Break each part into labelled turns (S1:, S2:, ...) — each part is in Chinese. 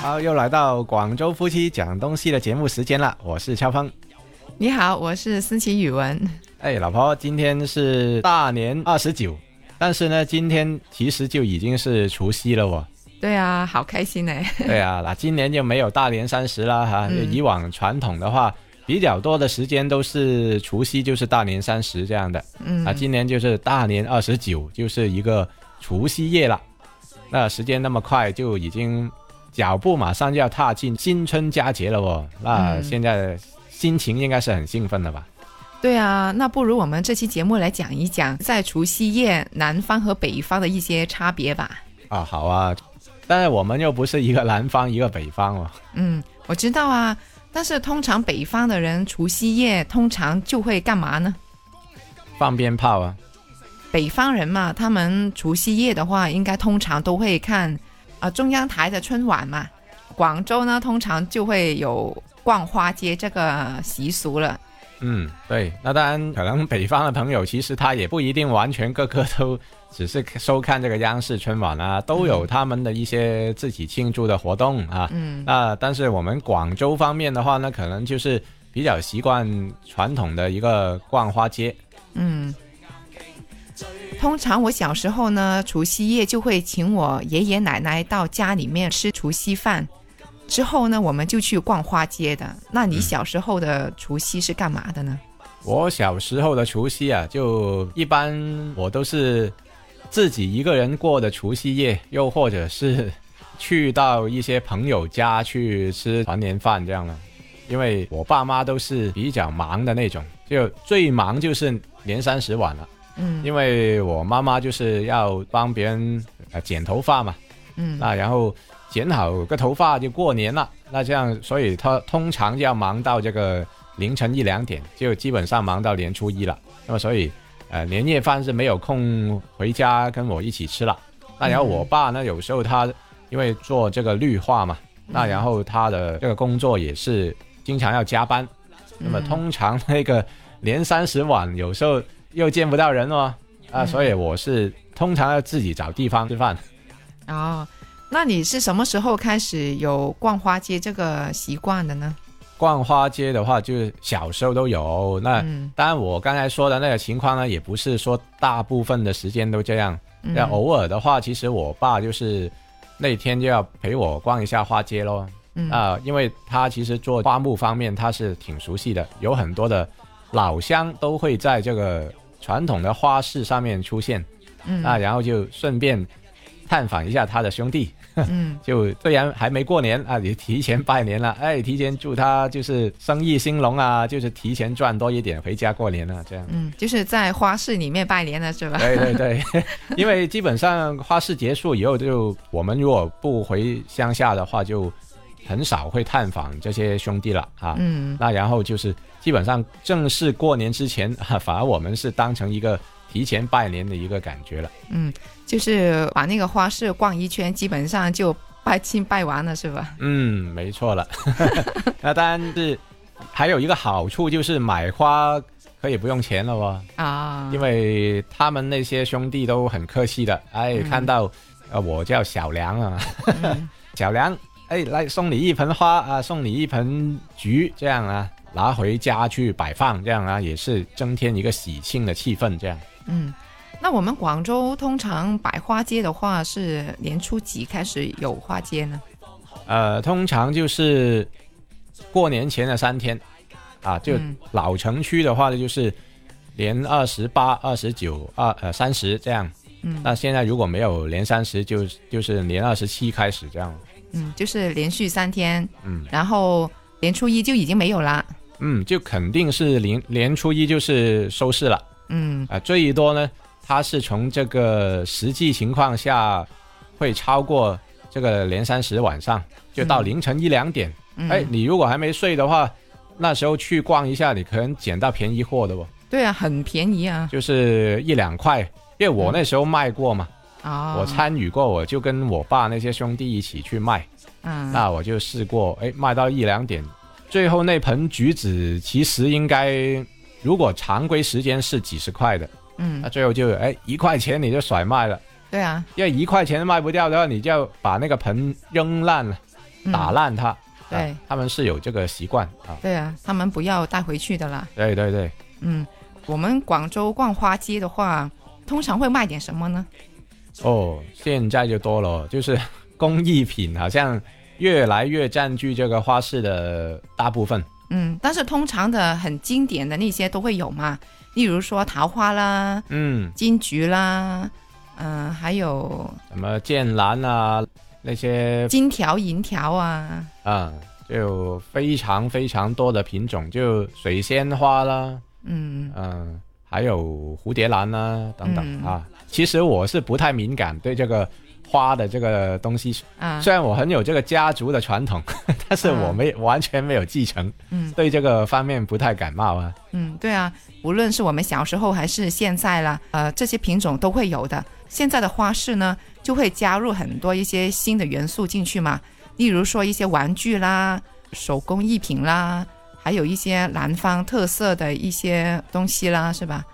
S1: 好，又来到广州夫妻讲东西的节目时间了，我是乔峰。
S2: 你好，我是思琪语文。
S1: 哎，老婆，今天是大年二十九，但是呢，今天其实就已经是除夕了哦。
S2: 对啊，好开心哎、
S1: 对啊，那今年就没有大年三十啦哈、
S2: 嗯
S1: 以往传统的话，比较多的时间都是除夕就是大年三十这样的。
S2: 嗯
S1: 啊，今年就是大年二十九，就是一个除夕夜了。那时间那么快，就已经脚步马上就要踏进新春佳节了哦。那
S2: 嗯
S1: 现在心情应该是很兴奋的吧？
S2: 对啊，那不如我们这期节目来讲一讲在除夕夜南方和北方的一些差别吧。
S1: 啊，好啊，但是我们又不是一个南方一个北方哦。
S2: 嗯，我知道啊，但是通常北方的人除夕夜通常就会干嘛呢？
S1: 放鞭炮啊，
S2: 北方人嘛，他们除夕夜的话，应该通常都会看啊、呃中央台的春晚嘛。广州呢，通常就会有逛花街这个习俗了。
S1: 嗯，对，那当然，可能北方的朋友其实他也不一定完全个个都只是收看这个央视春晚啊，都有他们的一些自己庆祝的活动啊。
S2: 嗯
S1: 那但是我们广州方面的话呢，可能就是比较习惯传统的一个逛花街。
S2: 嗯。通常我小时候呢，除夕夜就会请我爷爷奶奶到家里面吃除夕饭，之后呢，我们就去逛花街的。那
S1: 嗯
S2: 你小时候的除夕是干嘛的呢？
S1: 我小时候的除夕啊，就一般我都是自己一个人过的除夕夜，又或者是去到一些朋友家去吃团年饭这样了。因为我爸妈都是比较忙的那种，就最忙就是年三十晚了。
S2: 嗯
S1: 因为我妈妈就是要帮别人呃剪头发嘛，
S2: 嗯
S1: 那然后剪好个头发就过年了。那这样，所以他通常就要忙到这个凌晨一两点，就基本上忙到年初一了。那么所以，呃，年夜饭是没有空回家跟我一起吃了。那然后我爸呢，有时候他因为做这个绿化嘛，那然后他的这个工作也是经常要加班。那么通常那个年三十晚有时候又见不到人哦，啊，所以我是通常要自己找地方吃饭。
S2: 哦，那你是什么时候开始有逛花街这个习惯的呢？
S1: 逛花街的话，就是小时候都有。那、
S2: 嗯
S1: 当然，我刚才说的那个情况呢，也不是说大部分的时间都这样。
S2: 嗯
S1: 那、偶尔的话，其实我爸就是那天就要陪我逛一下花街咯。
S2: 嗯
S1: 啊、因为他其实做花木方面他是挺熟悉的，有很多的老乡都会在这个传统的花市上面出现。
S2: 嗯
S1: 那然后就顺便探访一下他的兄弟。
S2: 嗯。
S1: 就虽然还没过年啊，也提前拜年了，哎，提前祝他就是生意兴隆啊，就是提前赚多一点回家过年啊，这样
S2: 嗯，就是在花市里面拜年了 是吧？
S1: 对对对，因为基本上花市结束以后就，我们如果不回乡下的话，就很少会探访这些兄弟了啊。
S2: 嗯
S1: 那然后就是基本上正式过年之前啊，反而我们是当成一个提前拜年的一个感觉了。
S2: 嗯，就是把那个花市逛一圈，基本上就拜亲拜完了是吧？
S1: 嗯，没错了。 那当然是还有一个好处就是买花可以不用钱了哦，
S2: 啊，
S1: 因为他们那些兄弟都很客气的，哎，
S2: 嗯
S1: 看到呃我叫小梁啊，
S2: 嗯
S1: 小梁，哎，来送你一盆花啊，送你一盆菊，这样啊，拿回家去摆放，这样啊，也是增添一个喜庆的气氛，这样。
S2: 嗯，那我们广州通常摆花街的话，是年初几开始有花街呢？
S1: 呃，通常就是过年前的三天啊，就
S2: 嗯
S1: 老城区的话呢，就是年二十八、二十九、二呃三十这样。
S2: 嗯
S1: 那现在如果没有年三十，就就是年二十七开始这样。
S2: 嗯，就是连续三天，
S1: 嗯
S2: 然后年初一就已经没有啦。
S1: 嗯，就肯定是年年初一就是收市了
S2: 嗯
S1: 啊、最多呢，它是从这个实际情况下会超过这个年三十晚上，就到
S2: 嗯
S1: 凌晨一两点。
S2: 嗯，
S1: 哎，你如果还没睡的话，那时候去逛一下，你可能捡到便宜货的哦，
S2: 对啊，很便宜啊。
S1: 就是一两块。因为我那时候卖过嘛，
S2: 嗯啊，
S1: 我参与过，我就跟我爸那些兄弟一起去卖，
S2: 嗯，
S1: 那我就试过，哎，卖到一两点。最后那盆橘子其实应该，如果常规时间是几十块的，那
S2: 嗯，
S1: 最后就哎一块钱你就甩卖了，
S2: 对啊，
S1: 因为一块钱卖不掉的话，你就要把那个盆扔烂了，
S2: 嗯
S1: 打烂它。
S2: 对
S1: 啊，他们是有这个习惯啊。
S2: 对啊，他们不要带回去的啦。
S1: 对对对，
S2: 嗯，我们广州逛花街的话，通常会卖点什么呢？
S1: 哦，现在就多了，就是工艺品好像越来越占据这个花市的大部分。
S2: 嗯，但是通常的很经典的那些都会有嘛，例如说桃花啦、
S1: 嗯，
S2: 金桔啦，嗯、还有
S1: 什么剑兰啊，那些
S2: 金条、银条啊，
S1: 啊、就非常非常多的品种，就水仙花啦，
S2: 嗯，
S1: 嗯，还有蝴蝶兰啦等等、
S2: 嗯
S1: 啊。其实我是不太敏感对这个花的这个东西，
S2: 啊，
S1: 虽然我很有这个家族的传统， 但是我没、完全没有继承，
S2: 嗯
S1: 对这个方面不太感冒啊。
S2: 嗯，对啊，无论是我们小时候还是现在啦，呃，这些品种都会有的。现在的花市呢，就会加入很多一些新的元素进去嘛，例如说一些玩具啦、手工艺品啦，还有一些南方特色的一些东西啦，是吧？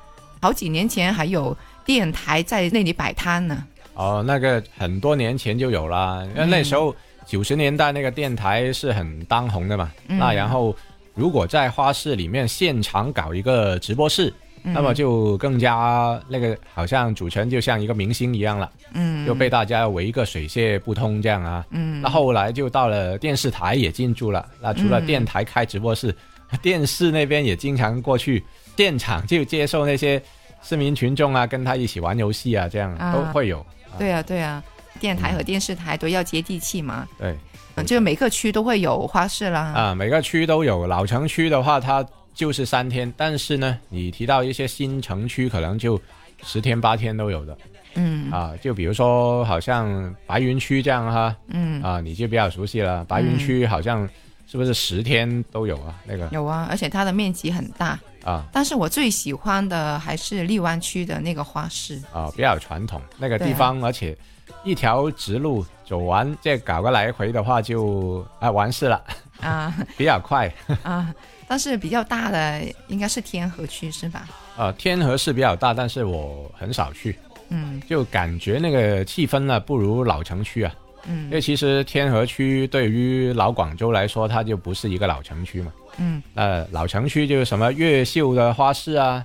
S2: 好几年前还有电台在那里摆摊呢。
S1: 哦，那个很多年前就有啦，因为那时候九十年代那个电台是很当红的嘛。
S2: 嗯
S1: 那然后，如果在花市里面现场搞一个直播室，嗯那么就更加那个，好像主持人就像一个明星一样了，
S2: 嗯，
S1: 就被大家围个水泄不通这样啊。
S2: 嗯
S1: 那后来就到了电视台也进驻了，那除了电台开直播室，电视那边也经常过去现场就接受那些市民群众啊，跟他一起玩游戏啊，这样
S2: 啊
S1: 都会有。
S2: 对啊对啊，电台和电视台都要接地气嘛，
S1: 对。
S2: 嗯就是每个区都会有花市啦。
S1: 啊，每个区都有。老城区的话，它就是三天，但是呢，你提到一些新城区，可能就十天八天都有的
S2: 嗯
S1: 啊。就比如说，好像白云区这样哈，
S2: 嗯。
S1: 啊，你就比较熟悉了。白云区好像是不是十天都有啊？那个
S2: 有啊，而且它的面积很大。
S1: 啊
S2: 但是我最喜欢的还是荔湾区的那个花市。
S1: 啊，比较传统那个
S2: 对啊
S1: 地方，而且一条直路走完，这搞个来回的话就啊完事了，
S2: 啊
S1: 比较快。
S2: 啊！但是比较大的应该是天河区是吧？
S1: 啊，天河是比较大，但是我很少去。
S2: 嗯
S1: 就感觉那个气氛呢、不如老城区啊。因
S2: 嗯
S1: 为其实天河区对于老广州来说，它就不是一个老城区嘛。
S2: 嗯
S1: 那老城区就是什么越秀的花市啊，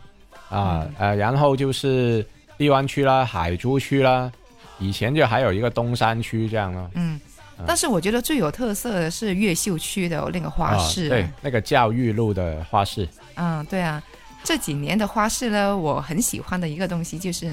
S1: 啊、
S2: 嗯
S1: 呃，然后就是荔湾区啦、海珠区啦，以前就还有一个东山区这样咯。
S2: 嗯。但是我觉得最有特色的是越秀区的那个花市。
S1: 啊，对，那个教育路的花市，
S2: 嗯，对啊，这几年的花市呢，我很喜欢的一个东西就是，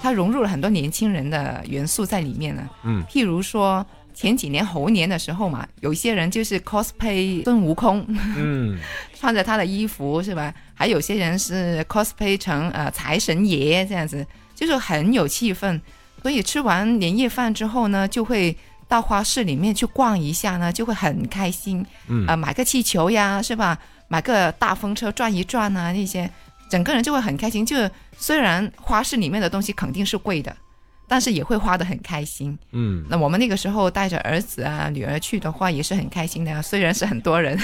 S2: 它融入了很多年轻人的元素在里面了。
S1: 嗯，
S2: 譬如说前几年猴年的时候嘛，有一些人就是 cosplay 孙悟空，
S1: 嗯，
S2: 穿着他的衣服是吧？还有些人是 cosplay 成呃财神爷这样子，就是很有气氛。所以吃完年夜饭之后呢，就会到花市里面去逛一下呢，就会很开心。
S1: 嗯
S2: 呃，买个气球呀，是吧？买个大风车转一转啊，那些整个人就会很开心。就是虽然花市里面的东西肯定是贵的，但是也会花得很开心。
S1: 嗯，
S2: 那我们那个时候带着儿子啊、女儿去的话，也是很开心的啊，虽然是很多人。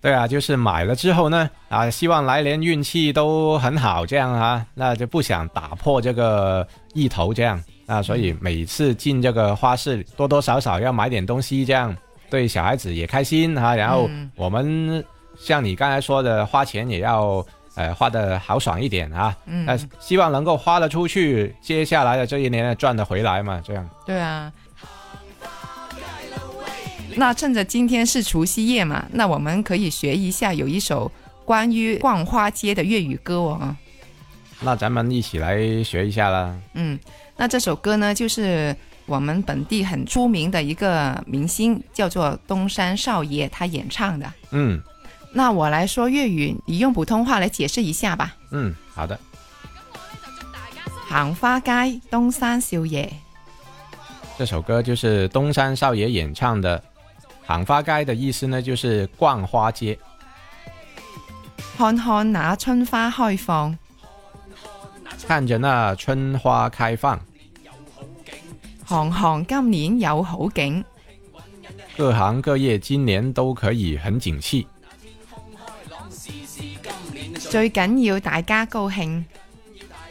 S1: 对啊，就是买了之后呢，啊，希望来年运气都很好，这样啊，那就不想打破这个意头，这样，那所以每次进这个花市，多多少少要买点东西，这样对小孩子也开心啊。然后
S2: 嗯
S1: 我们像你刚才说的，花钱也要呃花的豪爽一点啊，
S2: 嗯，
S1: 那、希望能够花得出去，接下来的这一年呢赚得回来嘛，这样。
S2: 对啊。那趁着今天是除夕夜嘛，那我们可以学一下有一首关于逛花街的粤语歌哦。
S1: 那咱们一起来学一下啦。
S2: 嗯，那这首歌呢，就是我们本地很出名的一个明星，叫做东山少爷，他演唱的。
S1: 嗯
S2: 那我来说粤语，你用普通话来解释一下吧。
S1: 嗯，好的。
S2: 行花街，东山少爷。
S1: 这首歌就是东山少爷演唱的。行花街的意思呢，就是逛花街。
S2: 看看那春花开放，
S1: 看着那春花开放，
S2: 行行今年有好景。
S1: 各行各业今年都可以很景气。
S2: 最紧要大家高兴，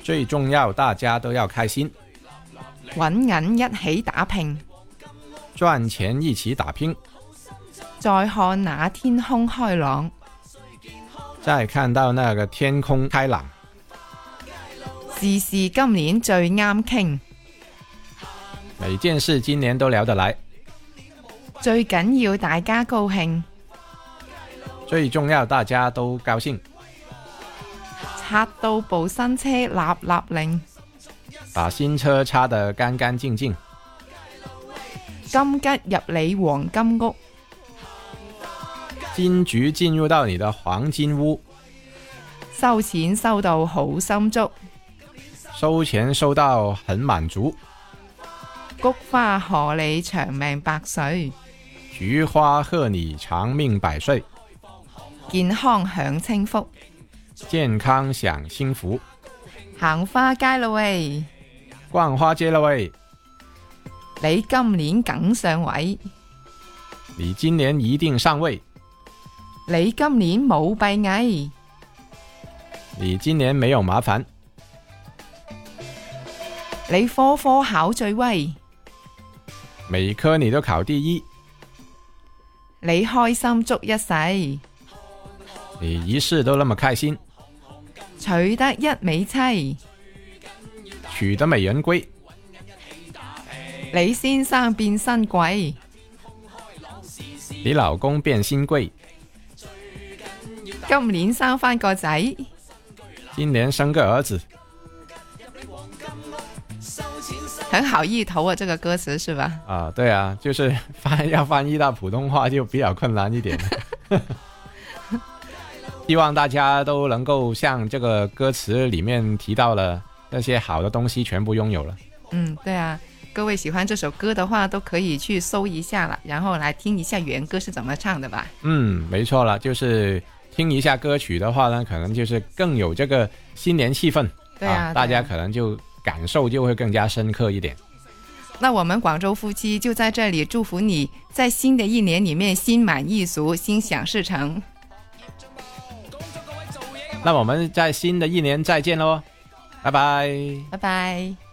S1: 最重要，大家都要开心，
S2: 揾銀一起打拼，
S1: 赚钱一起打拼，
S2: 再看那天空开朗。
S1: 再看到那个天空开朗，
S2: 事事今年最啱傾，
S1: 每件事今年都聊得来，
S2: 最緊要大家高興。
S1: 最重要大家都高兴，
S2: 拆到部新車立立令，
S1: 把新车擦得干干净净，
S2: 金吉入你黃金屋，
S1: 金桔进入到你的黄金屋，
S2: 收錢收到好心足，
S1: 收钱收到很满足，
S2: 菊花賀你長命百歲，
S1: 菊花贺你长命百岁，
S2: 健康享清福，
S1: 健康享幸福。
S2: 行花街啦喂！
S1: 逛花街了喂，
S2: 你今年梗上位，
S1: 你今年一定上位，
S2: 你今年冇閉翳，
S1: 你今年没有麻烦，
S2: 你科科考最威，
S1: 每科你都考第一，
S2: 你開心足一世，
S1: 你一世都那么开心，
S2: 娶得一美妻，
S1: 娶得美人归，
S2: 你先生變新貴，
S1: 你老公变新贵，
S2: 今年生翻個仔，
S1: 今年生个儿子，
S2: 很好意頭啊！這個歌詞是吧？
S1: 啊，对啊，就是 翻要翻译到普通话就比较困难一点。 希望大家都能够像这个歌词里面提到了那些好的东西全部拥有了。
S2: 嗯，对啊，各位喜欢这首歌的话，都可以去搜一下了，然后来听一下原歌是怎么唱的吧。
S1: 嗯，没错了，就是听一下歌曲的话呢，可能就是更有这个新年气氛
S2: 对啊，
S1: 大
S2: 对
S1: 家
S2: 啊
S1: 可能就感受就会更加深刻一点。
S2: 那我们广州夫妻就在这里祝福你，在新的一年里面心满意足，心想事成。
S1: 那我们在新的一年再见喽，拜拜。
S2: 拜拜。